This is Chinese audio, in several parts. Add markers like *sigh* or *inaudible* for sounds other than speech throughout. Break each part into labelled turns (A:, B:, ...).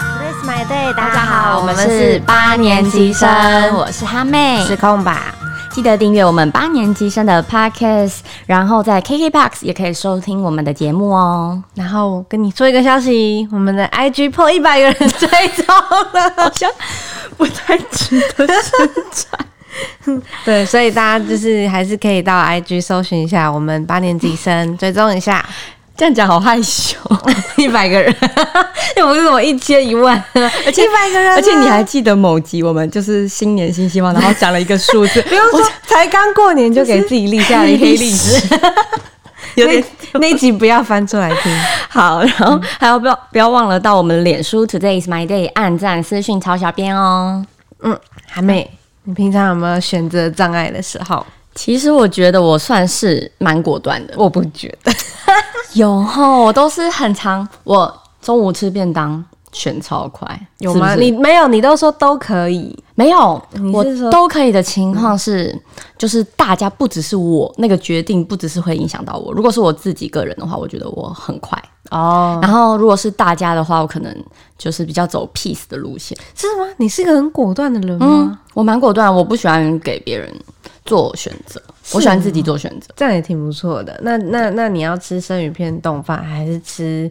A: It's my day，大
B: 大家好，我们是八年级生，哎我是哈妹，
A: 失控吧？
B: 记得订阅我们八年级生的 Podcast，然后在 KKBox 也可以收听我们的节目 *laughs* 哦。
A: 然后跟你说一个消息，我们的 IG 破一百个人追踪了，好像不太值得宣传。
B: *laughs*
A: 对，所以大家就是还是可以到 IG 搜寻一下我们八年级生，追踪一下。
B: 这样讲好害羞，
A: 一百个
B: *laughs*
A: 人，又不是什么一千一万，而
B: 且
A: 一百个人啊，
B: 而且你还记得某集我们就是新年新希望，然后讲了一个数 *laughs* 字，
A: 不用说，才刚过年就给自
B: *laughs*
A: 己立下了一黑历史，
B: 有嗯点
A: 那那一集不要翻出来听。
B: 好，然后还有不要不要忘了到我们脸书 Today is my day 按赞私讯曹小编哦。
A: 嗯，韩妹，你平常有没有选择障碍的时候？
B: 其实我觉得我算是蛮果断的，
A: 我不觉
B: *laughs*
A: 得，
B: 有吼，我都是很常，我中午吃便当选超快，
A: 有
B: 是不
A: 吗？
B: 是
A: 你没有，你都说都可以。
B: 没有
A: 你，
B: 我
A: 是说
B: 都可以的情况是，就是大家不只是我那个决定，不只是会影响到我。如果是我自己个人的话，我觉得我很快。
A: 哦，
B: 然后如果是大家的话，我可能就是比较走 peace 的路线。
A: 是吗？你是个很果断的人
B: 嗯
A: 吗？，
B: 我蛮果断，我不喜欢给别人做选择，我喜欢自己做选择。
A: 这样也挺不错的。那那那你要吃生鱼片冻饭还是吃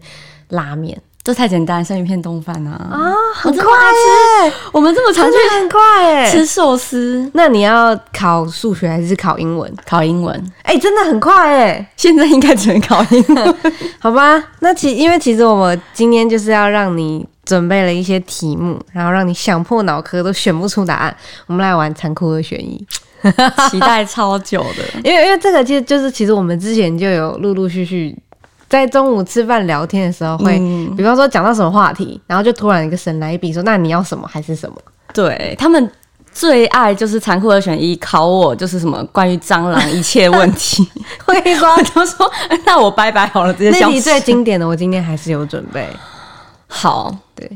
A: 拉面
B: 这太简单，生鱼片冻饭啊！
A: 啊？
B: 很快
A: 耶，
B: 我们这么常
A: *laughs* 真
B: 去
A: 的很快耶。
B: 吃寿司，
A: 那你要考数学还是考英文？
B: 考英文，
A: 哎、真的很快哎。
B: 现在应该只能考英 *laughs* 文。
A: 好吧，那其因为其实我们今天就是要让你准备了一些题目，然后让你想破脑壳都选不出答案。我们来玩残酷二选一，
B: 期待超久的。
A: 因为因为这个其实就是其实我们之前就有陆陆续续在中午吃饭聊天的时候会，
B: 嗯
A: 比方说讲到什么话题，然后就突然一个神来一笔说，那你要什么还是什么？
B: 对他们最爱就是残酷二选一，考我就是什么关于蟑螂一切问 *laughs* 题，
A: 我跟你说，
B: 我就说 *laughs* 那我拜拜好了，直接
A: 那
B: 消
A: 题
B: 失。
A: 最经典的，我今天还是有准备。
B: 好，
A: 对，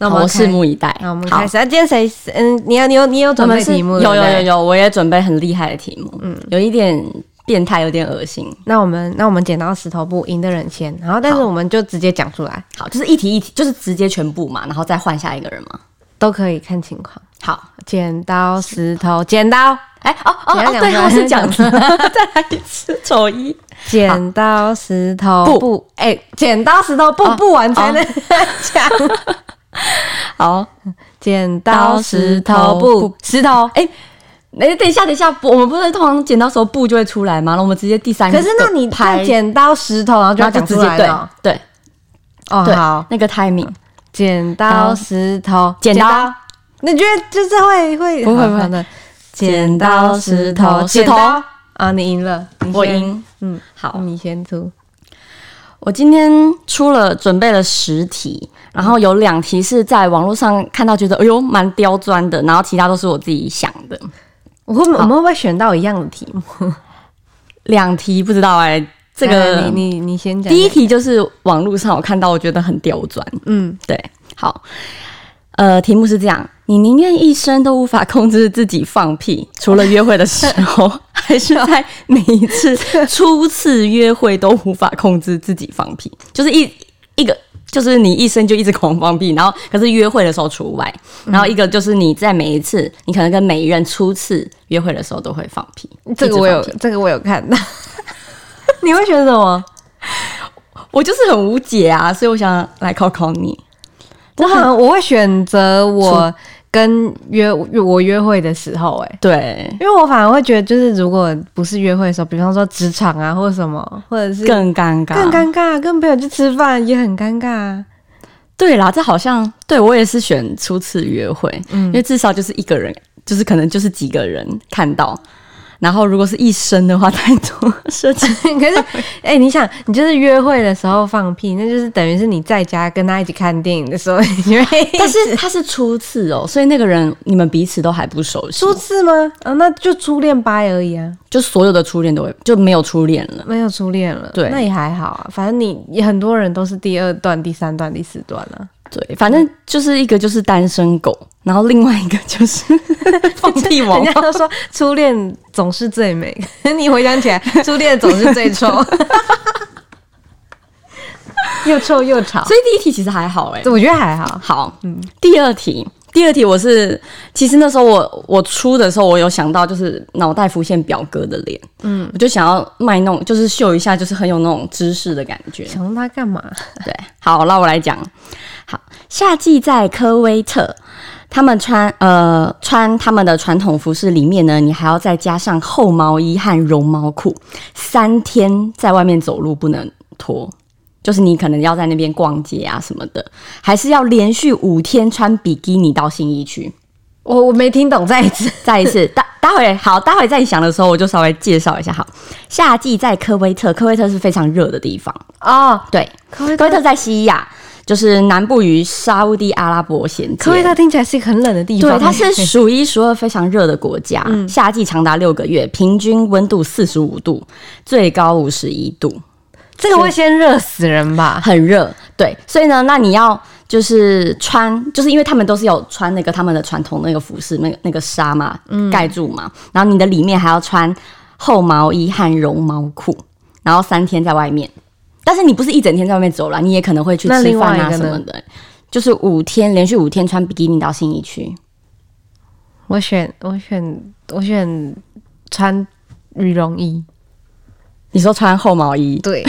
A: 那
B: 那
A: 我
B: 我
A: 们开
B: 拭，目以待。
A: 那我们
B: 好
A: 开，始。啊，今天谁？嗯，你要你有你有
B: 我
A: 准
B: 们
A: 备
B: 是
A: 题目？
B: 有
A: 对
B: 有
A: 不对
B: 有有，我也准备很厉害的题目，嗯，有一点变态，有点恶心。
A: 那我们那我们剪刀石头布，赢的人先。然后，但是我们就直接讲出来，
B: 好，就是一题一题，就是直接全部嘛，然后再换下一个人嘛。
A: 都可以看情况。
B: 好，
A: 剪刀石头，剪刀，
B: 哎、哦哦
A: 你要
B: 哦，
A: 讲
B: 对，
A: 吗
B: 我是讲的， *laughs* 再来一次，
A: *laughs*
B: 丑一。
A: 剪刀石头
B: 布
A: 布。哎、剪刀石头布
B: 哦
A: 布完才能 *laughs* 讲。
B: 好，
A: 剪刀石头
B: 刀石头
A: 布
B: 布，
A: 石头。
B: 哎、哎、等一下，等一下，不我们不是通常剪刀时候布就会出来吗？然后我们直接第三个
A: 可是哎那你
B: 拍
A: 就，剪刀石头，然后就要
B: 然后
A: 讲
B: 就直
A: 出
B: 接
A: 来
B: 对
A: 了哦。
B: 对
A: 哦，
B: 对，
A: 好，
B: 那个 timing
A: 剪刀石头，
B: 剪刀，
A: 你觉得就是会会
B: 不会
A: 好
B: 不会
A: 好的？剪刀石头
B: 石
A: 剪
B: 头
A: 刀啊，你赢了，你
B: 我
A: 先，
B: 赢。
A: 嗯，
B: 好，
A: 你先出。
B: 我今天出了准备了十题，然后有两题是在网络上看到觉得哎呦蛮刁钻的，然后其他都是我自己想的。
A: 我会不我们会不会选到一样的题目？
B: 两题不知道哎、这
A: 来来
B: 个
A: 你你你先讲
B: 第一，题就是网络上我看到我觉得很刁钻，
A: 嗯，
B: 对，好，呃，题目是这样：你宁愿一生都无法控制自己放屁，除了约会的时候， *laughs* 还是在每一
A: *laughs*
B: 次初次约会都无法控制自己放屁？就是一一个。就是你一生就一直狂放屁，然后可是约会的时候除外，
A: 嗯
B: 然后一个就是你在每一次你可能跟每一任初次约会的时候都会放屁，
A: 这个我
B: 一
A: 有
B: 直放，
A: 这个我有看到。 *laughs* 你会选什 *laughs* 么？
B: 屁，我就是很无解啊，所以我想来考考你。
A: 我好 *laughs* 像我会选择我跟约我约会的时候、欸，哎，
B: 对，
A: *laughs* 因为我反而会觉得，就是如果不是约会的时候，比方说职场啊，或者什么，或者是
B: 更尴尬，
A: 更尴尬，跟朋友去吃饭也很尴尬 *laughs* 啊。
B: 对啦，这好像对我也是选初次约会，因为至少就是一个人，就是可能就是几个人看到。然后如果是一生的话，太多设计。
A: 可是，哎、你想，你就是约会的时候放屁，那就是等于是你在家跟他一起看电影的时候，你会
B: *laughs*
A: *laughs*
B: 但是他是初次哦，所以那个人你们彼此都还不熟悉
A: 初，次吗？啊，那就初恋掰而已啊。
B: 就所有的初恋都会就没有初恋了。
A: 没有初恋了，
B: 对
A: 那也还好啊。反正你也很多人都是第二段、第三段、第四段啊了、
B: 对，反正就是一个就是单身狗，然后另外一个就是 *laughs* 放屁王
A: 人。家都说初恋总是最美，可是你回想起来，初恋总是最丑。 *laughs* 又臭又吵。
B: 所以第一题其实还好哎、
A: 我觉得还好，
B: 好，第二题，第二题我是其实那时候我我出的时候，我有想到就是脑袋浮现表哥的脸，嗯，我就想要卖弄，就是秀一下，就是很有那种知识的感觉。
A: 想他干嘛？
B: 对，好，那我来讲。好，夏季在科威特，他们穿呃穿他们的传统服饰里面呢，你还要再加上厚毛衣和绒毛裤，三天在外面走路不能脱。就是你可能要在那边逛街啊什么的，还是要连续五天穿比基尼到信义区。
A: 我我没听懂，再一次。
B: 再一次，待待会好，待会在想的时候，我就稍微介绍一下。好，夏季在科威特，科威特是非常热的地方，
A: 哦，
B: 对，
A: 科威
B: 科威特
A: 特，
B: 在西亚，就是南部与沙乌地阿拉伯衔
A: 科威
B: 接。
A: 特听起来是一个很冷的地方。欸
B: 对，它是 *laughs* 数一数二非常热的国家，夏季长达六个月，平均温度四十五度，最高五十一度，
A: 这个会先热死人吧？
B: 很热。对，所以呢，那你要就是穿，就是因为他们都是有穿那个他们的传统那个服饰，那个那个纱嘛，盖住嘛，然后你的里面还要穿厚毛衣和绒毛裤，然后三天在外面。但是你不是一整天在外面走啦，你也可能会去
A: 那
B: 吃
A: 另
B: 饭
A: 外一
B: 啊
A: 个
B: 什
A: 呢
B: 么的，就是五天连续五天穿比基尼到信义区。
A: 我选我选我选穿羽绒衣，
B: 你说穿厚毛衣，
A: 对，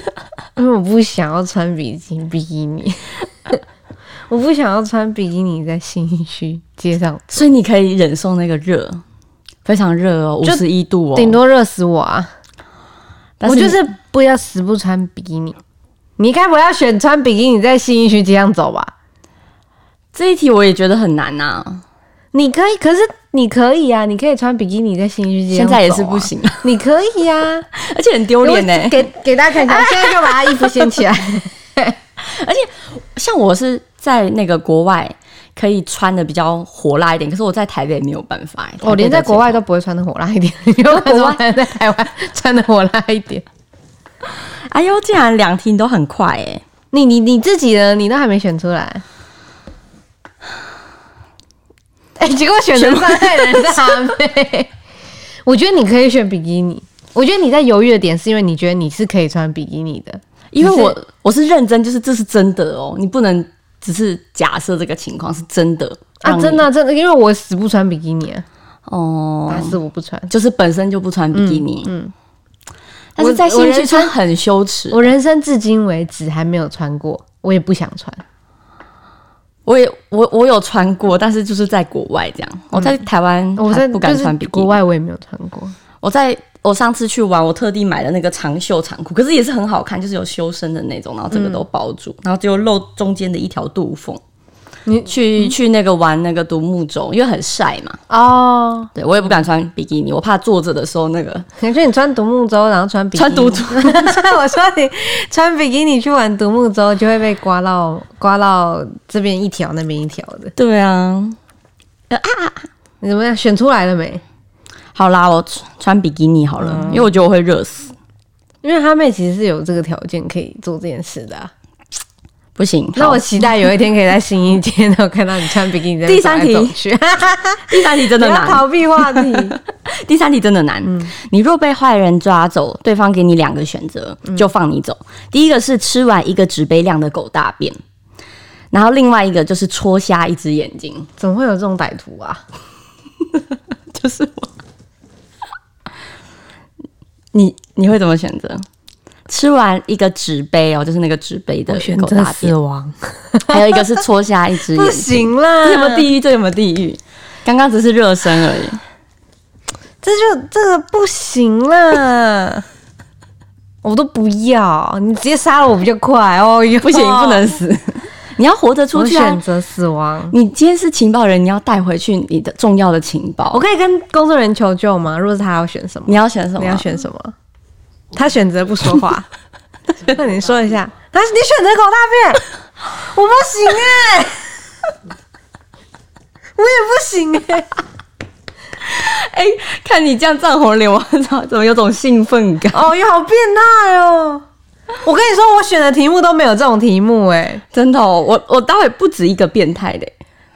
A: *laughs* 因为我不想要穿比基比基尼， *laughs* 我不想要穿比基尼在新义区街上，
B: 所以你可以忍受那个热，非常热哦，五
A: 就
B: 十一度哦。
A: 顶，多热死我啊！
B: 但
A: 我
B: 是
A: 就
B: 你
A: 是不要死不穿比基尼。你该不会要选穿比基尼在新义区街上走吧？
B: 这一题我也觉得很难啊呐、
A: 你可以，可是你可以啊，你可以穿比基尼在新义区街
B: 现
A: 上、啊
B: 在也啊是不，行，
A: 你可以啊，
B: *laughs* 而且很丢脸欸呢。
A: 给给大家看一下，我现在就把他衣服掀起
B: *laughs*
A: 来。
B: 像我是在那个国外可以穿的比较火辣一点，可是我在台北没有办法、欸。
A: 我哦连在国
B: 外
A: 外都不会穿的火辣一点，因为
B: 国外
A: 我在台湾穿的火辣一点。
B: 哎呦，竟然两题你都很快哎、
A: 你你你自己呢？你都还没选出来。哎、结果选择伤害人是阿妹。我觉得你可以选比基尼。我觉得你在犹豫的点是因为你觉得你是可以穿比基尼的。
B: 因为
A: 只是
B: 我我是认真，就是这是真的哦，你不能只是假设这个情况是真的
A: 啊，真的啊、真的，因为我死不穿比基尼啊，
B: 哦，
A: 打死我不穿。
B: 就是本身就不穿比基尼，嗯，但是
A: 我
B: 在
A: 我
B: 新
A: 人
B: 区穿很羞耻，
A: 我人生至今为止还没有穿过，我也不想穿。
B: 我也我我有穿过，但是就是在国外这样。我嗯在台湾
A: 我在
B: 还不敢穿比
A: 就是
B: 基
A: 国
B: 尼。
A: 外我也没有穿过。
B: 我在我上次去玩，我特地买了那个长袖长裤，可是也是很好看，就是有修身的那种，然后
A: 嗯
B: 整个都包住，然后只有露中间的一条肚缝。
A: 你嗯
B: 去去那个玩那个独木舟，因为很晒嘛，
A: 哦，
B: 对我也不敢穿比基尼，我怕坐着的时候那
A: *laughs*
B: 个
A: 感觉你穿独木舟，然后穿比基尼
B: 穿独舟
A: *laughs* 我说你穿比基尼去玩独木舟，就会被刮到刮到这边一条那边一条的。
B: 对啊，
A: 你怎么样？选出来了没？
B: 好啦，我穿穿比基尼好了，
A: 嗯
B: 因为我觉得我会热死，
A: 因为哈妹其实是有这个条件可以做这件事的啊、
B: 不行。
A: 那
B: 好
A: 我期待有一天可以在新一街头看到你穿比基尼在那边
B: 第三题
A: 走来走 *laughs* 去
B: 第三题真
A: 不
B: 的
A: 要
B: 难，
A: 逃避话
B: *laughs*
A: 题。
B: 第三题真的难。
A: 嗯
B: 你若被坏人抓走，对方给你两个选择，
A: 嗯
B: 就放你走。第一个是吃完一个纸杯量的狗大便，然后另外一个就是戳瞎一只眼睛。
A: 怎么会有这种歹徒
B: *laughs*
A: 啊？
B: 就是我，你你会怎么选择？吃完一个纸杯哦，就是那个纸杯的狗大便，
A: 亡，
B: 还有一个是戳瞎一
A: *laughs*
B: 只
A: 不
B: 眼睛。
A: 行啦！
B: *laughs* 这有没有地狱？这有没有地狱？刚刚只是热身
A: *laughs*
B: 而已。
A: 这就这个不行啦， *laughs* 我都不要，你直接杀了我比较快哦。哟
B: 不行，
A: *laughs*
B: 不能死。你要活着出
A: 我
B: 去啊！
A: 选择死亡。
B: 你今天是情报人，你要带回去你的重要的情
A: 我
B: 报。
A: 可以跟工作人员求救吗？如果是他要选什么，
B: 你要选什
A: *laughs*
B: 么？
A: 你要选什么？他选择不说 *laughs* 话，那你说一下，他你选择狗大 *laughs* 便，我不行哎、 *laughs* 我也不行哎、
B: 哎、看你这样涨红脸，我 *laughs* 操，怎么有种兴奋感？
A: 哦哟，好变态哦！我跟你说，我选的题目都没有这种题目哎、
B: 真的、哦，我我待会不止一个变态的、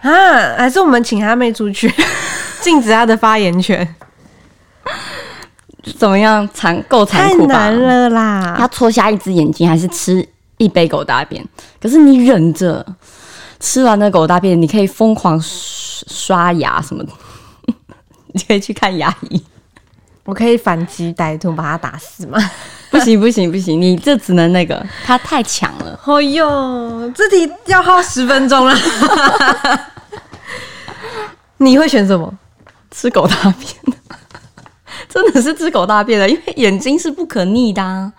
A: 啊，还是我们请哈妹出去， *laughs* 禁止她的发言权，
B: 怎么样？残够残
A: 太
B: 酷吧？
A: 难了啦！
B: 要戳瞎一只眼睛，还是吃一杯狗大便，可是你忍着吃完那狗大便，你可以疯狂刷刷牙什么的， *laughs* 你可以去看牙
A: *laughs*
B: 医。
A: 我可以反击歹徒把他打死 *laughs* 吗？
B: 不行不行不行，你这只能那个，它太强了。
A: 哦哟，这题要耗十分钟了。 *laughs* 你会选什么？
B: 吃狗大便的， *laughs* 真的是吃狗大便的，因为眼睛是不可逆的、啊，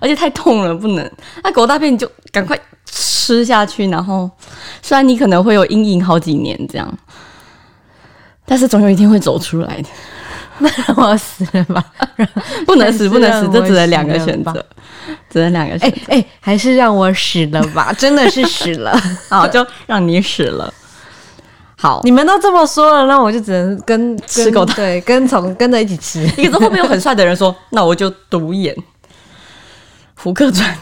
B: 而且太痛了，不能。那狗大便你就赶快吃下去，然后虽然你可能会有阴影好几年这样，但是总有一天会走出来的。
A: 那让 *laughs* 我死了吧！
B: 不能死，不能死，这只能两个选
A: 啊还是让我死了
B: 择，只能两
A: *laughs*
B: 个
A: 哎
B: 选择。
A: 哎、还是让我死了 *laughs* 吧！真的是死了。 *laughs*
B: *laughs* 好，哦就让你死了。好，
A: 你们都这么说了，那我就只能跟跟
B: 吃狗的
A: 对，跟从跟着一起 *laughs* 吃。
B: 你可是后面有很帅的人说， *laughs* 那我就独眼。胡克船，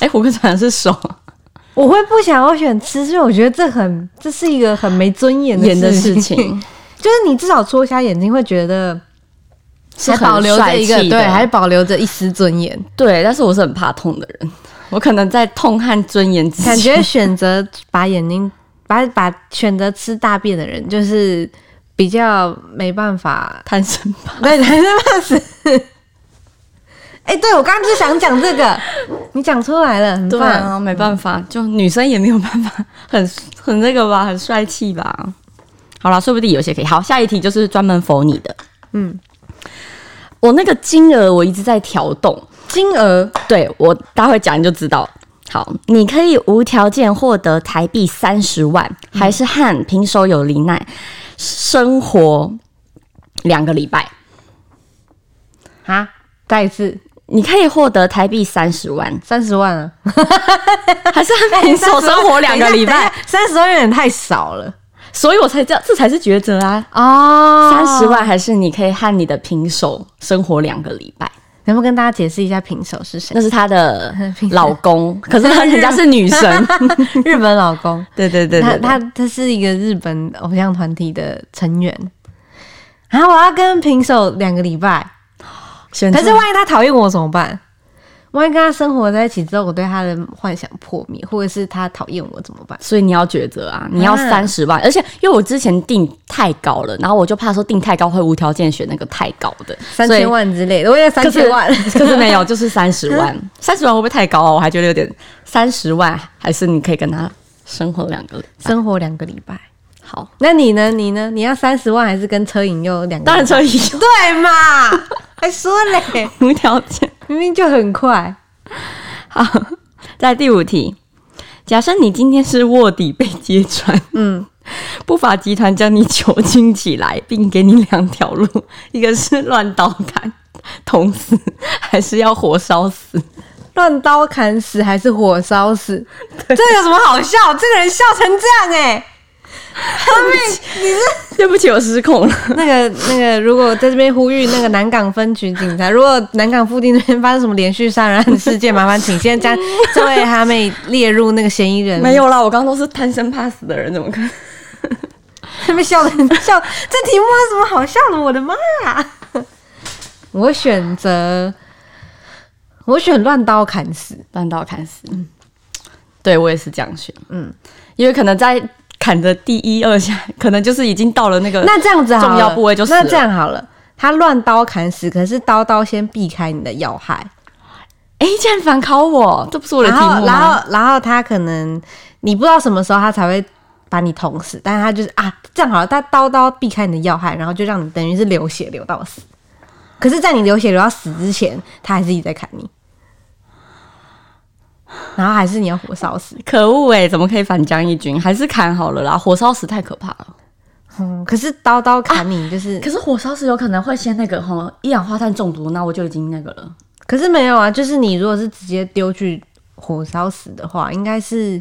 B: 哎、胡克船是手。
A: 我会不想要选吃，是因为我觉得这很这是一个很没尊严
B: 演的
A: 的
B: 事
A: 情。
B: 情
A: 就是你至少戳瞎眼睛，会觉得
B: 是
A: 还保留着一个对，还
B: 还
A: 保留着一丝尊 *laughs* 严。
B: 对，但是我是很怕痛的人，我可能在痛和尊严之间，。
A: 感觉选择把眼睛把把选择吃大便的人，就是比较没办法
B: *laughs* 贪生怕
A: *laughs* 对，男生怕 *laughs* 死。哎、对我刚刚就想讲这个，你讲出来了，很
B: 对
A: 棒。嗯
B: 啊，没办法，就女生也没有办法，很很那个吧，很帅气吧。好啦，说不定有些可以。好，下一题就是专门否你的。
A: 嗯，
B: 我那个金额我一直在调动，
A: 金额
B: 对我待会讲你就知道。好，你可以无条件获得台币三十万，
A: 嗯
B: 还是和平手有罹难生活两个礼拜？
A: 啊，再一次
B: 你可以获得台币三十万，
A: 三十万啊，
B: *laughs* 还是和
A: 哎 *laughs*
B: 平手生活两个礼拜？，
A: 三十万有点太少了
B: *laughs* 所以我才知道，这才是抉择啊！
A: 哦
B: 三十，万还是你可以和你的平手生活两个礼拜？
A: 能不能跟大家解释一下平手是谁？
B: 那是她 *laughs* 的
A: 平手
B: 老公，可
A: *laughs*
B: 是她人家是女神。
A: 日本老公，
B: *laughs* 对对对
A: 他
B: 对，
A: 他他是一个日本偶像团体的成员。然后我要跟平手两个礼拜，
B: 选
A: 可
B: 择
A: 是万一他讨厌我怎么办？万一跟他生活在一起之后，我对他的幻想破灭，或者是他讨厌我怎么办？
B: 所以你要抉择啊，你要
A: 啊
B: 三十万，而且因为我之前定太高了，然后我就怕说定太高会无条件选那个太高的，
A: 三千万之类的，我也
B: 所以，
A: 三千万 *laughs*
B: 可。是可是没有，就是三十万， *laughs* 三十万会不会太高啊？我还觉得有点，三十万还是你可以跟他生活两个礼拜。
A: 生活两个礼拜，
B: 好，
A: 那你呢？你呢？你要三十万还是跟车影又两个礼拜？
B: 当然可以
A: 对嘛，还说嘞，
B: 无条件。
A: *laughs* 明明就很快。
B: 好，在第五题，假设你今天是卧底被揭穿，
A: 嗯，
B: 不法集团将你囚禁起来，并给你两条路，一个是乱刀砍捅死，还是要火烧死？
A: 乱刀砍死还是火烧死？这有什么好笑？这个人笑成这样哎、
B: *laughs* 对不起，我失控了。
A: *laughs* 那个那个，如果在这边呼吁那个南港分局警察，如果南港附近那边发生什么连续杀人案事件，麻烦请先 *laughs* 将这位哈妹列入那个嫌疑人。
B: 没，有啦，我刚刚都是贪生怕死的人，怎么可能？
A: 他们笑的笑，这题目有什么好笑的？我的妈呀！我选择，我选乱刀砍死。
B: 乱刀砍死。对我也是这样选。嗯，因为可能在砍的第一二下，可能就是已经到了那个
A: *laughs* 那这样子好了
B: 重要部位就死了
A: 那这样好了。他乱刀砍死，可是刀刀先避开你的要害，
B: 哎，竟然反考我，这不是我的题
A: 然
B: 目吗
A: 后然后然后他可能你不知道什么时候他才会把你捅死，但是他就是啊，这样好了，他刀刀避开你的要害，然后就让你等于是流血流到死。可是，在你流血流到死之前，他还是一直在砍你，然后还是你要火烧死。
B: 可恶哎，怎么可以反将一军？还是砍好了啦，火烧死太可怕了。
A: 嗯，可是刀刀砍你就是，
B: 可是火烧死有可能会先那个哈，一氧化碳中毒，那我就已经那个了。
A: 可是没有啊，就是你如果是直接丢去火烧死的话，应该是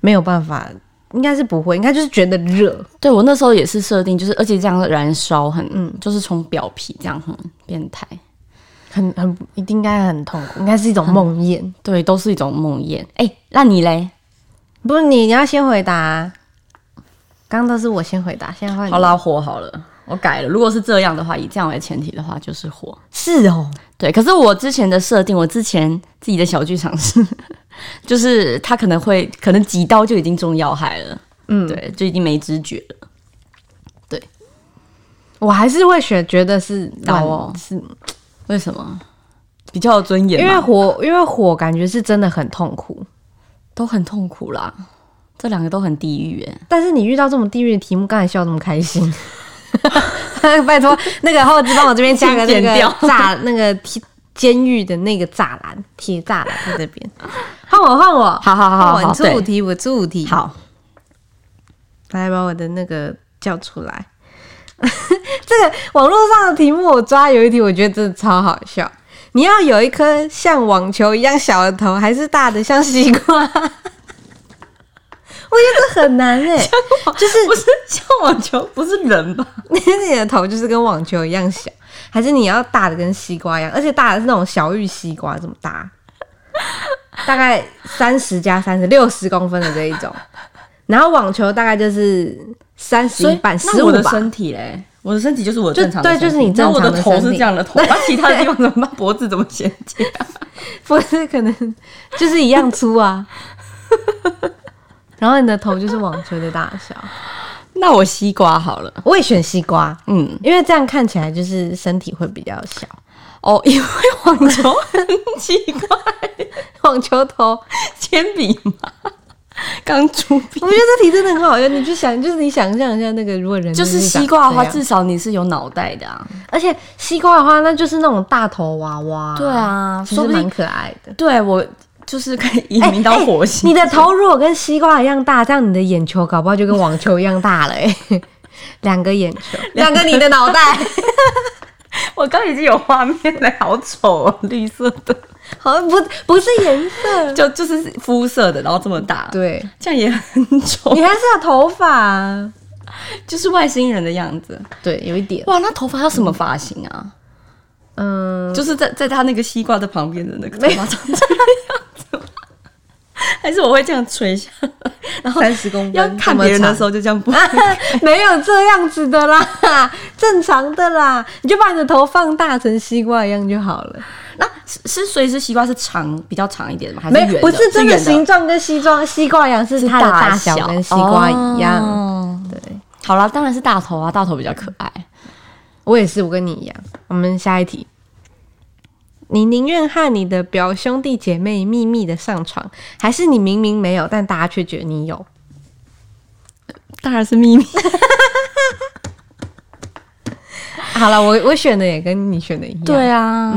A: 没有办法，应该是不会，应该就是觉得热。
B: 对我那时候也是设定，就是而且这样燃烧很，嗯，就是从表皮这样很变态。
A: 很很一定应该很痛苦，应该是一种梦魇。
B: 对，都是一种梦魇。哎、那你嘞？
A: 不是你，你要先回答啊、刚刚都是我先回答，现在换你
B: 好啦，火好了，我改了。如果是这样的话，以这样为前提的话，就是火。
A: 是哦，
B: 对，可是我之前的设定，我之前自己的小剧场是，就是他可能会可能几刀就已经中要害了，
A: 嗯，
B: 对，就已经没知觉了。
A: 我还是会选，觉得是
B: 刀
A: 刀哦，
B: 哦
A: 是
B: 为什么？比较有尊严
A: 因
B: 嘛，
A: 为火，因为火感觉是真的很痛苦。
B: 都很痛苦啦。这两个都很地狱哎、
A: 但是你遇到这种地狱的题目，刚才笑这么开心， *laughs* 拜托那个后置帮我这边加个那
B: 请剪掉
A: 个栅，那个铁监狱的那个栅栏，铁栅栏在这边。换我，换我，
B: 好好好好
A: 换我
B: 好
A: 你出
B: 对
A: 五题，我出五题，
B: 好，
A: 来把我的那个叫出来。 *laughs* 这个网络上的题目，我抓有一题，我觉得真的超好笑。你要有一颗像网球一样小的头，还是大的像西瓜？ *laughs* 我觉得这很难哎、
B: 就是 *laughs* 不是像网球不是人吧？
A: *laughs* 你的头就是跟网球一样小，还是你要大的跟西瓜一样？而且大的是那种小玉西瓜，这么大，大概三十加三十六十公分的这一种。然后网球大概就是三十一半
B: 那
A: 十五
B: 我的
A: 吧，
B: 身体嘞，我的身体就是我
A: 就
B: 正常的身体，
A: 对就是你正
B: 那
A: 常的
B: 我的头
A: 身
B: 是
A: 体
B: 这样的头，那其他的地方怎么办？脖子怎么衔接啊、
A: *laughs* 不是可能就是一样粗啊。 *laughs* 然后你的头就是网球的大小，
B: *laughs* 那我西瓜好了，
A: 我也选西瓜，
B: 嗯，
A: 因为这样看起来就是身体会比较小。 *laughs*
B: 哦，因为网球很奇怪，
A: 网球头，
B: 铅笔嘛，钢珠笔
A: *laughs* 我。觉得这题真的很好用。你去想，就是你想象一下那个，如果人
B: 就是
A: 长
B: 西瓜的话，
A: 这样
B: 至少你是有脑袋的啊。
A: 而且西瓜的话，那就是那种大头娃娃，
B: 对，啊，
A: 其实
B: 说不
A: 蛮
B: 定
A: 可爱的。哎
B: 对我就是可以移民到火星。
A: 你的头如果跟西瓜一样大，这样你的眼球搞不好就跟网球一样大了、欸， *laughs* 两个眼球，两个你的脑袋，
B: 我刚已经有画面了，好丑哦，绿色的，
A: *laughs* 好像不不是颜色，
B: 就就是肤色的，然后这么大，，
A: 对，
B: 这样也很丑 *laughs*
A: 你，还是有头发啊，
B: 就是外星人的样子。
A: 对，有一点，
B: 哇，那头发要什么发型啊？
A: 嗯，
B: 就是在在他那个西瓜的旁边的那个头发长这个样子吗？还是我会这样垂下来，然后
A: 三十公分
B: 要看别人的时
A: 候。
B: 候就这样不
A: *laughs* 没有这样子的啦，正常的啦，你就把你的头放大成西瓜一样就好了。
B: 那是是所以是西瓜是长比较长一点的吗？还是
A: 没
B: 圆的？
A: 不是真的
B: 圆
A: 形状跟西装西瓜一样，是它的大小跟西瓜一样。
B: 哦
A: 对，
B: 好啦，当然是大头啊，大头比较可爱。
A: 我也是，我跟你一样。我们下一题，你宁愿和你的表兄弟姐妹秘密的上床，还是你明明没有，但大家却觉得你有？
B: 当然是秘密。啊
A: 好了，我我选的也跟你选的一样。，
B: *laughs* 对啊，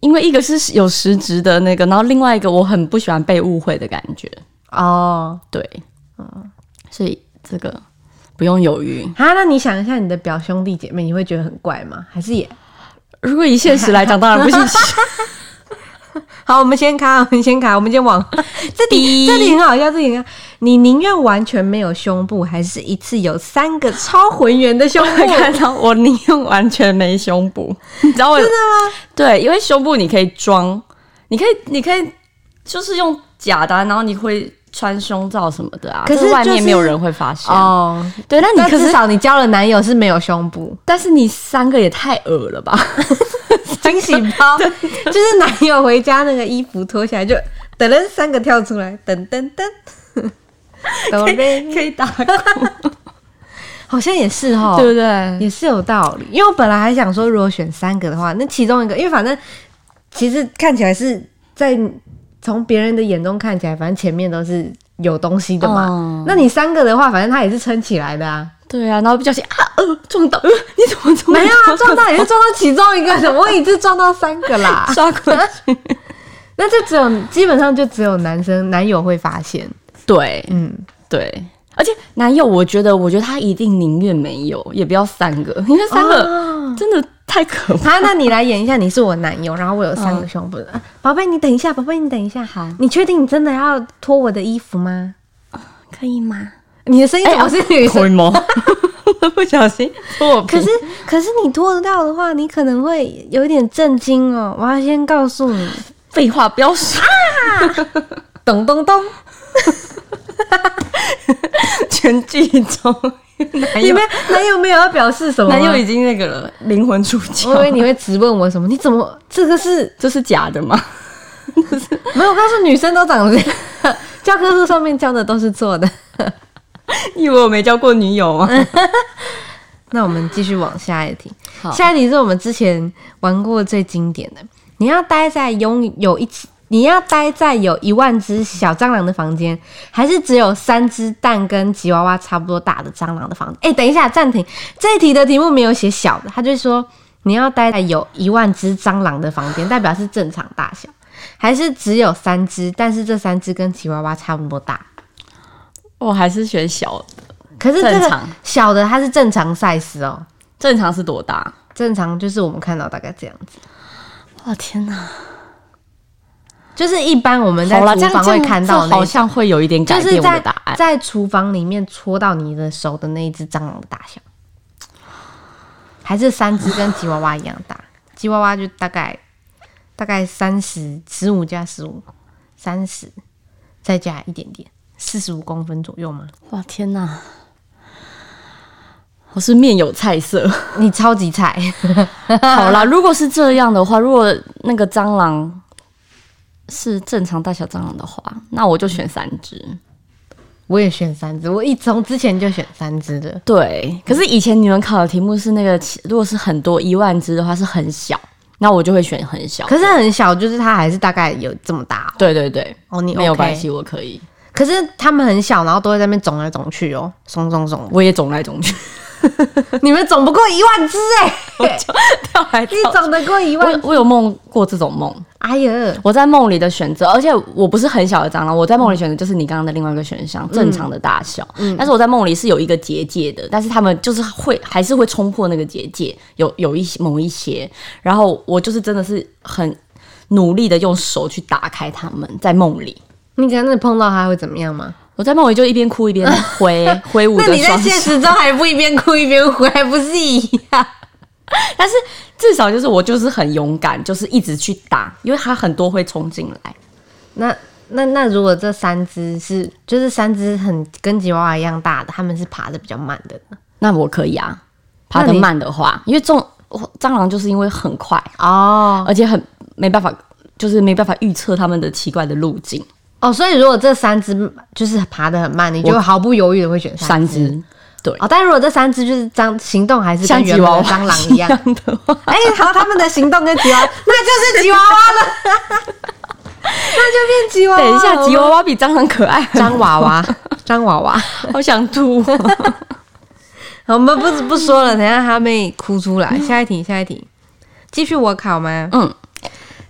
B: 因为一个是有实质的那个，然后另外一个我很不喜欢被误会的感觉。
A: 哦，
B: 对，嗯，所以这个不用犹豫。
A: 啊，那你想一下，你的表兄弟姐妹，你会觉得很怪吗？还是也
B: 如果以现实来讲，当然不 *laughs* 现实。
A: 好？我们先卡，我们先卡，我们先 *laughs* 往这里，
B: 滴
A: 这里很好笑，这里很好。你宁愿完全没有胸部，还是一次有三个超浑圆的
B: *laughs*
A: 胸部？
B: 看到我宁愿完全没胸部，你知道我真的吗？对，因为胸部你可以装，你可以，你可以就是用假的啊、然后你会穿胸罩什么的啊。
A: 可是
B: 这外
A: 就
B: 面
A: 是
B: 没有人会发现。
A: 哦，
B: 对，那
A: *laughs* 那
B: 你可
A: 至
B: 是，
A: 少你交了男友是没有胸部
B: 但是你三个也太恶了 *laughs* 吧？
A: 惊喜 *laughs* 包，就是男友回家那个衣服脱下来就等人三个跳出来，噔噔噔， *laughs* 哆瑞咪
B: 可以 *laughs* 打工，
A: *laughs* 好像也是哦哈，
B: 对不对？
A: 也是有道理。因为我本来还想说，如果选三个的话，那其中一个，因为反正其实看起来是在从别人的眼中看起来，反正前面都是有东西的嘛。
B: 哦
A: 那你三个的话，反正它也是撑起来的啊。
B: 对啊，然后不小心啊，呃，撞到，呃，你怎么怎么
A: 没有啊，撞到也是撞到其中一个的，我也是撞到三个
B: *laughs*
A: 啦。
B: 刷过去？
A: 那就只有基本上就只有男生男友会发现，
B: 对
A: 嗯，
B: 对，而且男友，我觉得，我觉得他一定宁愿没有，也不要三个，因为三个
A: 哦
B: 真的太可怕。
A: 好，那你来演一下，你是我男友，然后我有三个胸部的，宝贝，你等一下，宝贝，你等一下，
B: 哦好
A: 你确定你真的要脱我的衣服吗？
B: 可以吗？
A: 你的声音
B: 哎
A: 怎么是女生？
B: 以吗？ *laughs* 不小心脱我皮
A: 可是可是你脱得到的话，你可能会有点震惊哦。我要先告诉你，
B: 废话不要说，
A: 咚咚咚，
B: 全剧终。男
A: 你
B: 友
A: 们男友没有要表示什么吗？
B: 男友已经那个了，灵魂出
A: *laughs*
B: 窍
A: 我以为你会直问我什么？你怎么这个是
B: 这是假的吗？
A: 没有？我告诉女生都长这样，教科书上面教的都是错的。
B: *laughs* 你以为我没交过女友吗？
A: 那我们继续往下一题
B: 好。
A: 下一题是我们之前玩过最经典的，你要待在拥有一只，你要待在有一万只小蟑螂的房间，还是只有三只蛋跟吉娃娃差不多大的蟑螂的房间？哎、等一下，暂停。这一题的题目没有写小的，他就说你要待在有一万只蟑螂的房间，代表是正常大小，还是只有三只，但是这三只跟吉娃娃差不多大？
B: 我还是选小的，
A: 可是这
B: 正
A: 个
B: 常
A: 小的它是正常 size 哦，
B: 正常是多大？
A: 正常就是我们看到大概这样子。
B: 哇天哪！
A: 就是一般我们在
B: 好了，这
A: 厨
B: 样
A: 房
B: 这
A: 会
B: 样
A: 看
B: 这
A: 到的那
B: 好
A: 种，
B: 像会有一点
A: 就
B: 改
A: 是
B: 变我的
A: 在
B: 答案。
A: 在厨房里面戳到你的手的那一只蟑螂的大小，还是三只跟吉娃娃一样大？吉娃娃就大概大概三十十五加十五，三十再加一点点，四十五公分左右吗？
B: 哇天哪！我是面有菜 *laughs* 色。
A: 你超级菜，
B: 好啦，如果是这样的话，如果那个蟑螂是正常大小蟑螂的话，那我就选三只。
A: 我也选三只，我一从之前就选三只的。
B: 对，可是以前你们考的题目是那个，如果是很多一万只的话是很小，那我就会选很小。
A: 可是很小，就是它还是大概有这么大
B: 对对对，
A: 哦。哦你
B: 没有
A: OK
B: 关系，我可以，
A: 可是他们很小，然后都会在那边肿来肿去哦，肿肿肿。
B: 我也总来总 *laughs* 去，
A: *laughs* 你们肿不过一万只哎、 *laughs*
B: 我就跳来
A: 你
B: 跳去。
A: 肿得过一万
B: 我？我有梦过这种梦，
A: 哎呀，
B: 我在梦里的选择，而且我不是很小的蟑螂，我在梦里选择就是你刚刚的另外一个选项，正常的大小。
A: 嗯
B: 但是我在梦里是有一个结界的，但是他们就是会还是会冲破那个结界，有有一些某一些，然后我就是真的是很努力的用手去打开它们，在梦里。
A: 你可能碰到它会怎么样吗？
B: 我在梦里就一边哭一边 *laughs* 挥挥舞
A: 那
B: 着
A: 你在
B: 双
A: 现
B: 手，
A: 实中还不一边哭一边回，还不是一样？
B: 但是至少就是我就是很勇敢，就是一直去打，因为它很多会冲进来。
A: *laughs* 那那那如果这三只是就是三只很跟吉娃娃一样大的，它们是爬的比较慢的呢
B: 那我可以啊，爬
A: 那
B: 得
A: 你
B: 慢的话，因为中蟑螂就是因为很快，
A: 哦
B: 而且很没办法，就是没办法预测它们的奇怪的路径。
A: 哦，所以如果这三只就是爬的很慢，你就毫不犹豫的会选
B: 三
A: 三只。
B: 只
A: 哦，但如果这三只就是蟑行动还是跟
B: 像吉
A: 原本
B: 娃
A: 的
B: 娃
A: 蟑螂一样，
B: 的 *laughs* 话，
A: 哎、好，他们的行动跟吉娃娃， *laughs* 那就是吉娃娃了， *laughs* 那就变吉娃娃了。
B: 等一下，吉娃娃比 *laughs* 蟑螂可爱，
A: 张娃娃，张娃娃，
B: 好想吐哦、
A: 好我们不不说了，等一下他妹哭出来。下一题，下一题，继续我考吗？
B: *laughs* 嗯，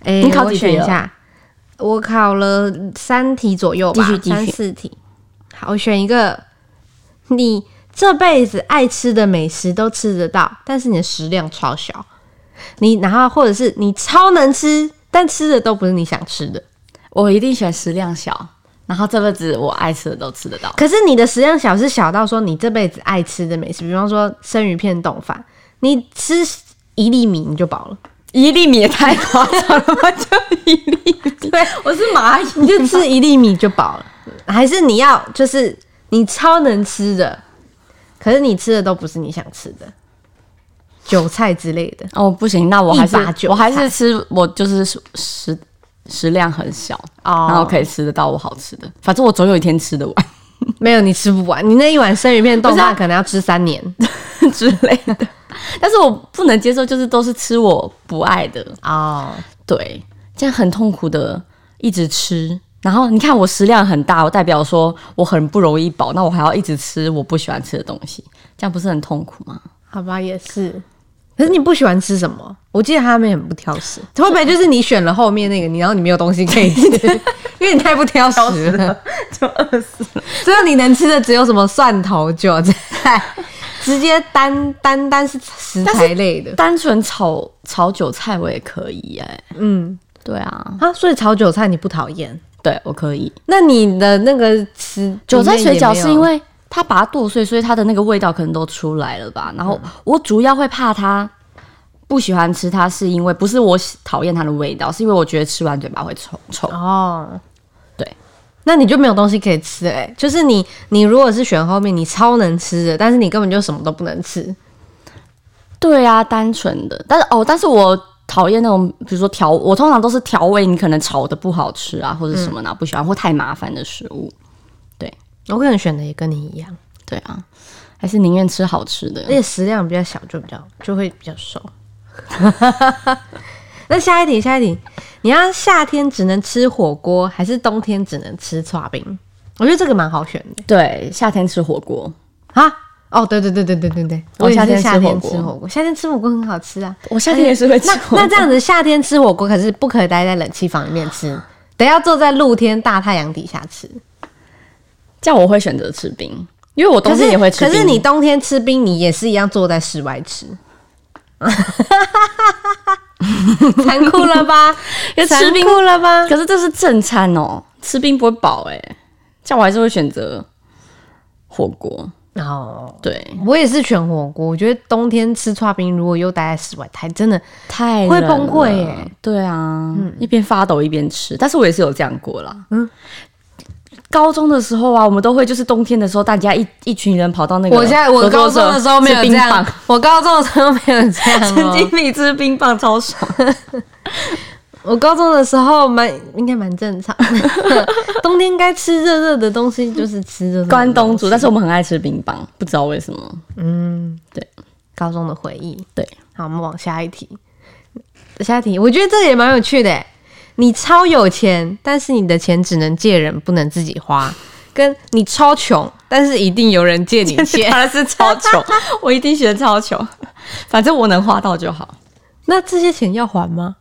A: 哎、
B: 你考
A: 我
B: 几
A: 选
B: 题
A: 一
B: 了
A: 下，我考了三题左右吧
B: 继续，继续
A: 三四题。好，我选一个，你这辈子爱吃的美食都吃得到，但是你的食量超小。你然后或者是你超能吃，但吃的都不是你想吃的。
B: 我一定选食量小，然后这辈子我爱吃的都吃得到。
A: 可是你的食量小是小到说你这辈子爱吃的美食，比方说生鱼片冻饭，你吃一粒米你就饱了，
B: 一粒米也太夸张了吧？就一粒米， *laughs* 对，我是蚂蚁，
A: 你 *laughs* 就吃一粒米就饱了。还是你要就是你超能吃的，可是你吃的都不是你想吃的，韭菜之类的。
B: 哦，不行，那我还
A: 一把韭菜
B: 是我还是吃，我就是食食食量很小，
A: 哦
B: 然后可以吃得到我好吃的，反正我总有一天吃得完
A: 没有，你吃不完，你那一碗生鱼片冻
B: 不是
A: 饭
B: 啊
A: 可能要吃三年
B: 之类的。 *laughs* 但是我不能接受，就是都是吃我不爱的，
A: 哦。
B: 对，这样很痛苦的一直吃。然后你看我食量很大，我代表说我很不容易饱，那我还要一直吃我不喜欢吃的东西，这样不是很痛苦吗？
A: 好吧，也是。可是你不喜欢吃什么？我记得他们很不挑食，会不会就是你选了后面那个，你然后你没有东西可以吃，
B: *laughs*
A: 因为你太不挑食了，
B: 就饿死了。
A: 最后你能吃的只有什么蒜头、韭菜，直接单单单是食材类的
B: 单纯炒炒韭菜我也可以哎、
A: 嗯
B: 对啊，
A: 啊。所以炒韭菜你不讨厌？
B: 对我可以。
A: 那你的那个吃
B: 韭菜水饺是因为它把它剁碎，所以它的那个味道可能都出来了吧。然后我主要会怕它不喜欢吃它，是因为哦不是我喜讨厌它的味道，是因为我觉得吃完嘴巴会臭臭。
A: 哦，
B: 对，
A: 那你就没有东西可以吃哎、就是你你如果是选后面，你超能吃的，但是你根本就什么都不能吃。
B: 对啊，单纯的，但是哦，但是我讨厌那种，比如说调，我通常都是调味，你可能炒的不好吃啊，或者什么呢、不喜欢，或太麻烦的食物。
A: 我可能选的也跟你一样，
B: 对啊，还是宁愿吃好吃的
A: 而。且食量比较小，就比较就会比较瘦。 *laughs* 那下一题，下一题，你要夏天只能吃火锅，还是冬天只能吃刨冰？我觉得这个蛮好选的
B: 对，夏天吃火锅，
A: 啊。哦，对对对对对对对，
B: 我
A: 我也
B: 夏
A: 是
B: 天吃
A: 夏天
B: 火锅
A: 吃火锅，夏天吃火锅很好吃啊。
B: 我夏天也是会吃
A: 那那这样子，夏天吃火锅可是不可以待在冷气房里面吃，得要坐在露天大太阳底下吃。
B: 这样我会选择吃冰，因为我冬
A: 可
B: 天
A: 是
B: 也会吃冰。
A: 可是你冬天吃冰，你也是一样坐在室外吃。 *laughs* 残酷了吧？
B: 可 *laughs* 是吃
A: 残
B: 冰
A: 酷了吧？
B: 可是这是正餐哦，吃冰不会饱哎、这样我还是会选择火锅。
A: 哦，
B: 对，
A: 我也是选火锅。我觉得冬天吃串冰，如果又待在室外，太真的
B: 太
A: 会
B: 冷
A: 崩溃
B: 了
A: 耶
B: 对啊，一边发抖一边吃，但是我也是有这样过啦。嗯。高中的时候啊，我们都会就是冬天的时候，大家一一群人跑到那个
A: 我现在我
B: 合
A: 高
B: 作
A: 中
B: 社
A: 的时候没有
B: 吃
A: 这
B: 冰
A: 样
B: 棒，
A: 我高中的时候没有这样、
B: 神
A: 哦
B: 经。病吃冰棒超爽。
A: 我高中的时候蛮应该蛮正常的， *laughs* 冬天该吃热热的东西就是吃热热的东西。
B: 关东煮，但是我们很爱吃冰棒，不知道为什么。
A: 嗯，
B: 对，
A: 高中的回忆。
B: 对，
A: 好，我们往下一题。下一题，我觉得这个也蛮有趣的欸。你超有钱，但是你的钱只能借人，不能自己花；跟你超穷，但是一定有人借你钱。
B: 当然是超 *laughs* 穷，我一定选超穷，反正我能花到就好。
A: 那这些钱要还吗？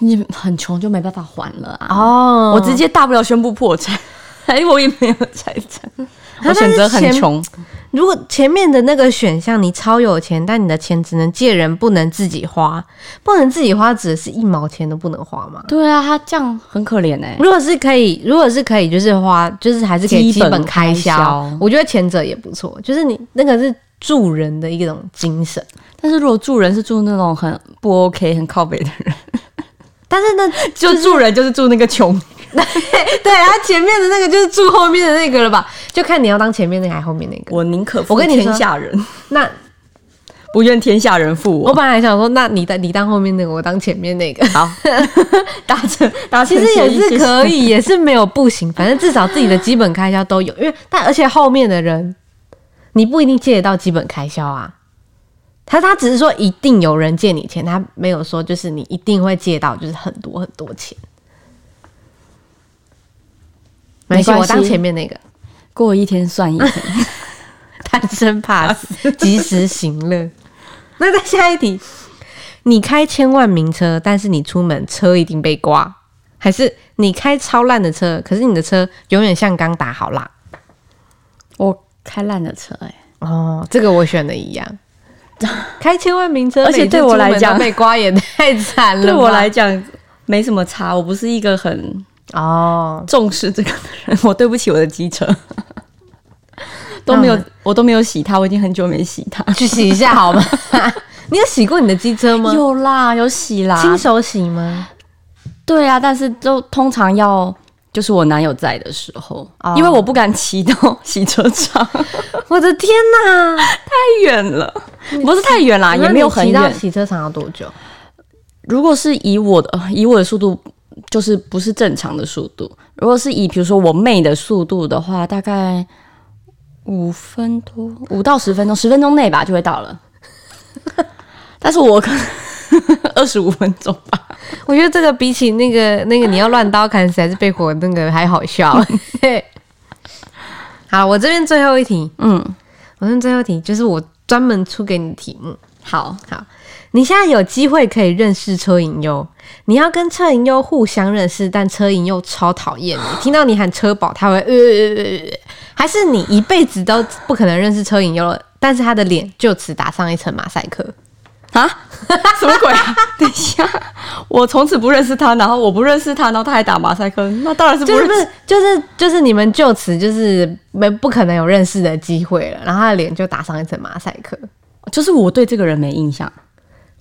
B: 你很穷就没办法还了啊！
A: 哦
B: 我直接大不了宣布破产，哎，我也没有财产，我
A: 但是
B: 选择很
A: 钱
B: 穷。
A: 如果前面的那个选项你超有钱，但你的钱只能借人，不能自己花，不能自己花指的是一毛钱都不能花吗？
B: 对啊，他这样很可怜哎、
A: 如果是可以，如果是可以，就是花，就是还是可以基
B: 基本
A: 本开销。
B: 开销
A: 我觉得前者也不错，就是你那个是助人的一种精神。
B: 但是如果住人是住那种很不 OK、很靠北的人，
A: 但是呢，
B: *laughs* 就住人就是住那个穷。
A: *laughs* 对他前面的那个就是住后面的那个了吧？就看你要当前面那个还是后面那个。
B: *laughs* 我宁可
A: 我
B: 我
A: 跟
B: 跟
A: 你说
B: 天下人，
A: 那
B: *laughs* 不愿天下人负
A: 我
B: 我。
A: 本来想说，那你当你当后面那个，我当前面那个，
B: 好，达成达
A: 其
B: 成
A: 实
B: 协
A: 也
B: 议，
A: 是
B: 谢谢
A: 可以，也是没有不行。反正至少自己的基本开销都有，因为但而且后面的人，你不一定借得到基本开销啊。他他只是说一定有人借你钱，他没有说就是你一定会借到就是很多很多钱。没关系，
B: 没关系
A: 我当前面那个
B: *laughs* 过一天算一天。
A: *laughs* 贪生怕死，及时行乐。 *laughs* 那再下一题，你开千万名车，但是你出门车一定被刮，还是你开超烂的车，可是你的车永远像刚打好蜡？
B: 我开烂的车哎、
A: 哦，这个我选的一样。 *laughs* 开千万名车，
B: 而且
A: 每次
B: 对我来讲
A: *laughs* 出门啊都被刮也太惨了吧。
B: *laughs* 对我来讲没什么差，我不是一个很
A: 哦，
B: 重视这个的人，我对不起我的机车， *laughs* 都没有
A: 那，
B: 我都没有洗它，我已经很久没洗它。
A: 去洗一下好吗？ *laughs* 你有洗过你的机车吗？
B: 有啦，有洗啦，
A: 亲手洗吗？
B: 对啊，但是就通常要就是我男友在的时候，
A: 哦
B: 因为我不敢骑到 *laughs* 洗车场，
A: *laughs* 我的天哪！啊
B: 太远了，不是太远啦，也没有
A: 那
B: 很
A: 你骑到
B: 远。
A: 洗车场要多久？
B: 如果是以我的呃以我的速度，就是不是正常的速度。如果是以比如说我妹的速度的话，大概五分多，五到十分钟，十分钟内吧就会到
A: *laughs*
B: 了。但是我可能 *laughs* 二十五分钟吧，
A: 我觉得这个比起那个那个你要乱刀砍死还是被火那个还好笑。 *laughs* 嘿好，我这边最后一题，
B: 嗯，
A: 我这边最后一题就是我专门出给你的题目。
B: 好，
A: 好，你现在有机会可以认识车银优，你要跟车银优互相认识，但车银优超讨厌你，听到你喊车宝，他会呃呃呃呃，还是你一辈子都不可能认识车银优了，但是他的脸就此打上一层马赛克。
B: 啊， *laughs* 什么鬼、啊？ *laughs* 等一下，我从此不认识他，然后我不认识他，然后他还打马赛克，那当然是
A: *laughs*
B: 不
A: 就
B: 认
A: 是
B: 识。
A: 不是就是就是你们就此就是没不可能有认识的机会了，然后他的脸就打上一层马赛克。
B: 就是我对这个人没印象，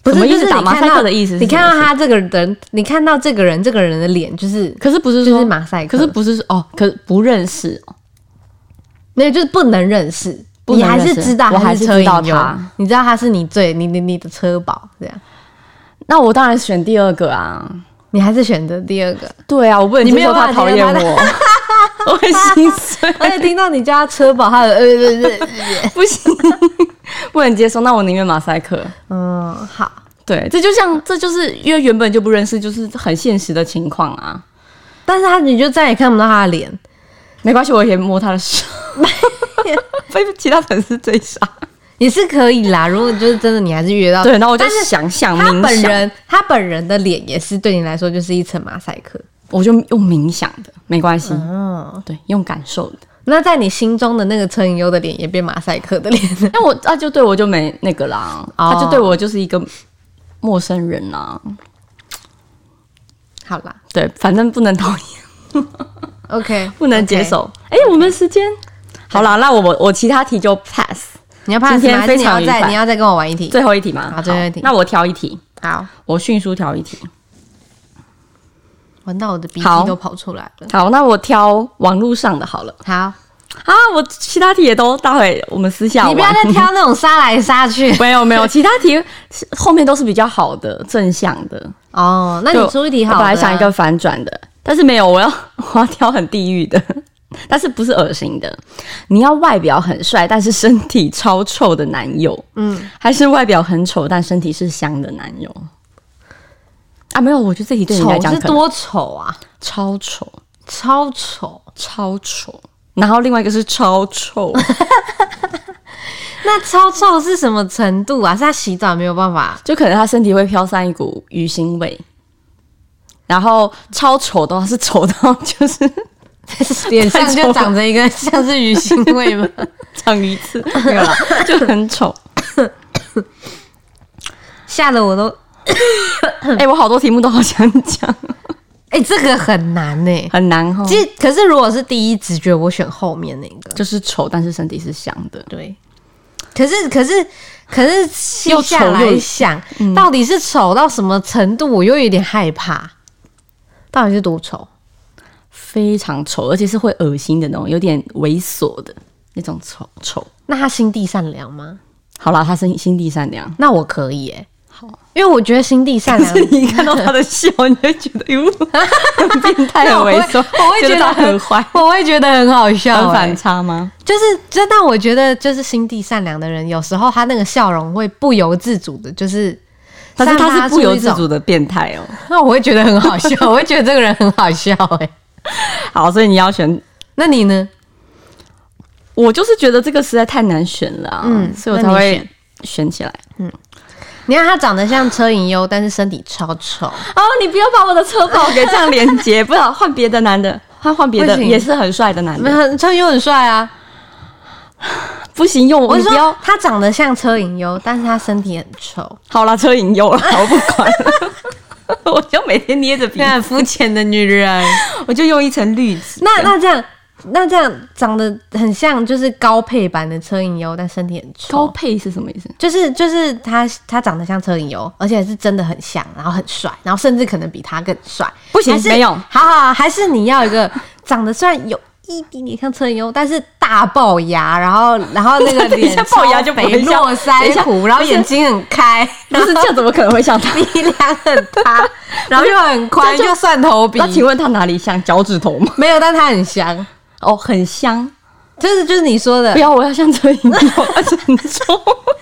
A: 不
B: 什
A: 是
B: 么意
A: 就是
B: 思？
A: 你
B: 打马
A: 看
B: 赛
A: 到
B: 克的意思是
A: 你
B: 什么
A: 看到
B: 意思，
A: 他这个人，你看到这个人，这个人的脸就是
B: 可是不是
A: 就
B: 说
A: 是马赛克，
B: 可是不是说哦，可不认识哦，
A: 没有就是不能认识，
B: 不能
A: 你还
B: 认识
A: 是知道
B: 我
A: 他
B: 还
A: 是
B: 是
A: 车
B: 知道
A: 影优
B: 他，
A: 你知道他是你最你你你的车宝这样，
B: 那我当然选第二个啊。
A: 你还是选择第二个，
B: 对啊，我不能
A: 你没
B: 接
A: 有
B: 受
A: 办
B: 他
A: 法
B: 讨
A: 接
B: 厌
A: 受他的
B: 我， *laughs* 我会心碎，
A: 而且听到你叫他车宝，他有呃呃呃，
B: 不行，不能接受。那我宁愿马赛克。
A: 呃嗯，好，
B: 对，这就像这就是因为原本就不认识，就是很现实的情况啊。
A: 但是他你就再也看不到他的脸，
B: 没关系，我也摸他的
A: *laughs*
B: 手，被其他粉丝追杀。
A: 也是可以啦。如果就是真的你还是约到，
B: 对，然后我就
A: 但是
B: 想想
A: 他
B: 冥
A: 本
B: 想，
A: 人他本人的脸也是对你来说就是一层马赛克。
B: 我就用冥想的，没关系。
A: 嗯，
B: 对，用感受的。
A: 那在你心中的那个车银优的脸也变马赛克的脸， *laughs*
B: 那我他就对我就没那个啦，
A: 哦
B: 他就对我就是一个陌生人啦。
A: 好啦
B: 对，反正不能讨
A: *laughs*
B: 厌，
A: ，OK，
B: 不能接。受。哎、我们时间好啦，那我我我其他题就 pass。
A: 你要怕
B: 今
A: 什
B: 天
A: 么？还是你
B: 非常
A: 要
B: 愉
A: 再
B: 快
A: 你要再跟我玩一题？
B: 最后一题嘛，
A: 好最后一题
B: 那我挑一题，
A: 好，
B: 我迅速挑一题。
A: 闻到我的鼻涕
B: 好
A: 都跑出来了。
B: 好，那我挑网络上的好了。
A: 好，
B: 啊，我其他题也都待会我们私下玩
A: 你不要再挑那种杀来杀 *laughs* 去
B: *laughs* 没有没有，其他题是后面都是比较好的正向的。
A: 哦。那
B: 就
A: 你出一题好了。
B: 我本来想一个反转的，但是没有，我要 *laughs* 我要挑很地狱的，但是不是恶心的。你要外表很帅，但是身体超臭的男友，
A: 嗯，
B: 还是外表很丑但身体是香的男友？啊，没有，我觉得这题对你来
A: 丑
B: 讲
A: 是
B: 可能
A: 多丑啊，
B: 超丑，
A: 超丑。
B: 超丑。然后另外一个是超臭，
A: 那超臭是什么程度啊？是他洗澡没有办法 *laughs*
B: 就可能他身体会飘散一股鱼腥味。然后超丑的话是丑到就是
A: 脸上
B: 太丑
A: 就
B: 了
A: 长着一个像是鱼腥味吗？
B: 长鱼刺，没有啦，就很丑。
A: *laughs* 吓得我都
B: 哎、我好多题目都好想讲，
A: 哎、这个很难呢、
B: 很
A: *laughs*
B: 难哈。
A: 其实，可是如果是第一直觉，我选后面那个。
B: 就是丑，但是身体是香的。
A: 对，可是可是可是，细
B: 又嗯
A: 下
B: 丑又
A: 来想，到底是丑到什么程度，我又有点害怕。到底是多丑？
B: 非常丑，而且是会恶心的那种，有点猥琐的那种丑丑。
A: 那他心地善良吗？
B: 好啦，他心心地善良，
A: 那我可以哎、
B: 好，
A: 因为我觉得心地善
B: 但
A: 良
B: *laughs* 是你一看到他的笑，你就会觉得
A: *laughs*
B: 哟，很变态，
A: 那
B: 很
A: 我会
B: 猥琐，
A: 我会觉
B: 觉
A: 得欸
B: 他很坏，
A: *laughs* 我会觉得很好笑、
B: 很
A: 哎
B: 反差吗？
A: 就是，就但我觉得，就是心地善良的人，有时候他那个笑容会不由自主的，就是，
B: 但是他
A: 散发
B: 是
A: 出
B: 不由
A: 一
B: 自
A: 种
B: 主的变态哦。
A: *laughs* 那我会觉得很好笑， *laughs* 我会觉得这个人很好笑哎、
B: 好，所以你要选。
A: 那你呢？
B: 我就是觉得这个实在太难选了、啊，
A: 嗯
B: 所以我
A: 那
B: 才
A: 你
B: 会选起来。
A: 你看他长得像车银优，但是身体超丑。
B: 哦，你不要把我的车保给这样连接，不然换别的男的，换换别的
A: 不行
B: 也是很帅的男
A: 没
B: 的，
A: 有，车银优很帅啊！
B: 不行用我
A: 我
B: 你
A: 是
B: 不要
A: 说，他长得像车银优，但是他身体很丑。
B: 好啦，车
A: *laughs*
B: 影有了，我不管了， *laughs* 我就每天捏着鼻，
A: 很肤浅的女人。
B: 我就用一层滤纸。
A: 那那这样，那这样长得很像就是高配版的车银优，但身体很
B: 高
A: 丑。
B: 配是什么意思？
A: 就是就是他他长得像车银优，而且是真的很像，然后很帅，然后甚至可能比他更帅。
B: 不行
A: 还是
B: 没有
A: 好好，好还是你要一个长得虽然有一点点像车银优，但是大龅牙，然后然后那个
B: *laughs* 等一
A: 脸
B: 下龅牙
A: 超
B: 就不
A: 肥
B: 会笑
A: 络腮
B: 等一下
A: 胡，然后
B: 不是
A: 眼睛很开，
B: *laughs* 不是这样怎么可能会像他？
A: *laughs* 鼻梁很塌，然后又很宽，
B: 这就
A: 又蒜头鼻
B: 那。请问他哪里像脚趾头吗？
A: 没有，但他很香，
B: 哦，很香。
A: 就是就是你说的
B: 不，要，我要像车影有，而且很重。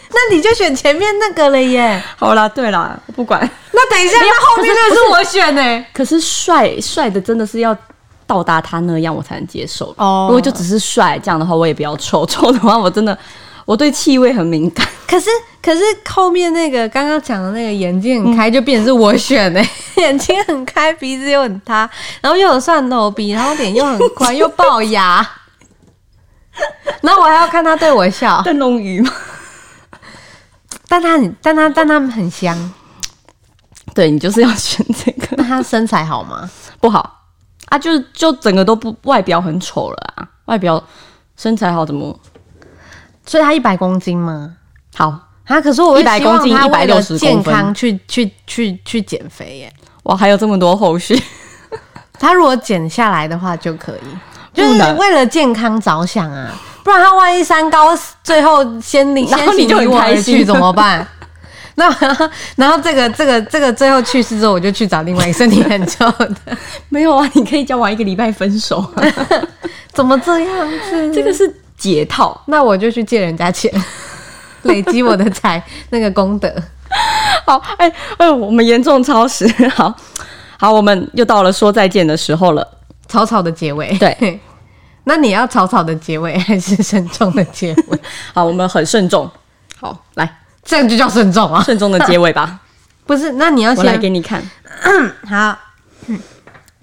A: 那你就选前面那个了耶。
B: *laughs* 好啦，对啦，我不管。
A: 那等一下，
B: 没有
A: 那后面那个
B: 可是
A: 是我选欸呢、
B: 可是帅帅的真的是要到达他那样，我才能接受。
A: 哦
B: 哦，如果就只是帅这样的话，我也不要臭 *laughs* 臭的话，我真的我对气味很敏感。
A: 可是可是后面那个刚刚讲的那个眼睛很
B: 嗯
A: 开，就变成是我选呢、 *laughs* 眼睛很开，鼻子又很塌，然后又有蒜头鼻，然后脸又很宽，又龅牙。然后我还要看他对我笑，
B: 灯笼鱼吗？ *laughs*
A: 但他很，但他，但他很香。
B: 对你就是要选这个
A: 那他身材好吗？
B: 不好啊，就就整个都不外表很丑了啊，外表身材好怎么
A: 所以他一百公斤吗？
B: 好？
A: 啊，可是我会
B: 100
A: 希望
B: 公斤
A: 他为了
B: 160
A: 健
B: 公分
A: 康去去去去减肥耶。
B: 哇，还有这么多后续，
A: 他如果减下来的话就可以，*laughs*
B: 不
A: 就是
B: 能
A: 为了健康着想啊，不然他万一三高最后先离，
B: 然后你
A: 先
B: 就
A: 离
B: 很
A: 我而
B: 开心
A: 去怎么办？ *laughs* 那然后这个这个这个最后去世之后，我就去找另外一个身体很臭的， *laughs*
B: 没有啊，你可以交往一个礼拜分手，啊
A: 嗯怎么这样子？
B: 这个是解套。
A: 那我就去借人家钱， *laughs* 累积我的财那个功德。
B: 好，哎、哎，我们严重超时， *laughs* 好好，我们又到了说再见的时候了。
A: 草草的结尾， *laughs*
B: 对。
A: 那你要草草的结尾还是慎重的结尾？ *laughs*
B: 好，我们很慎重。好，来
A: 这样就叫慎重啊！
B: 慎重的结尾吧，
A: 不是？那你要
B: 我来
A: 先
B: 给你看。
A: 好，嗯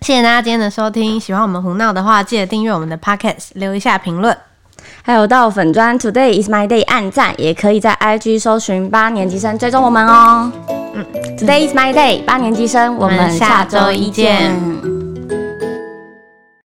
A: 谢谢大家今天的收听。喜欢我们胡闹的话，记得订阅我们的 Podcast，留一下评论。
B: 还有到粉砖 Today is my day 按赞，也可以在 IG 搜寻八年级生追踪我们哦。嗯，Today is my day 八年级生，我
A: 我们
B: 们
A: 下
B: 下
A: 周
B: 周
A: 一
B: 一
A: 见
B: 见。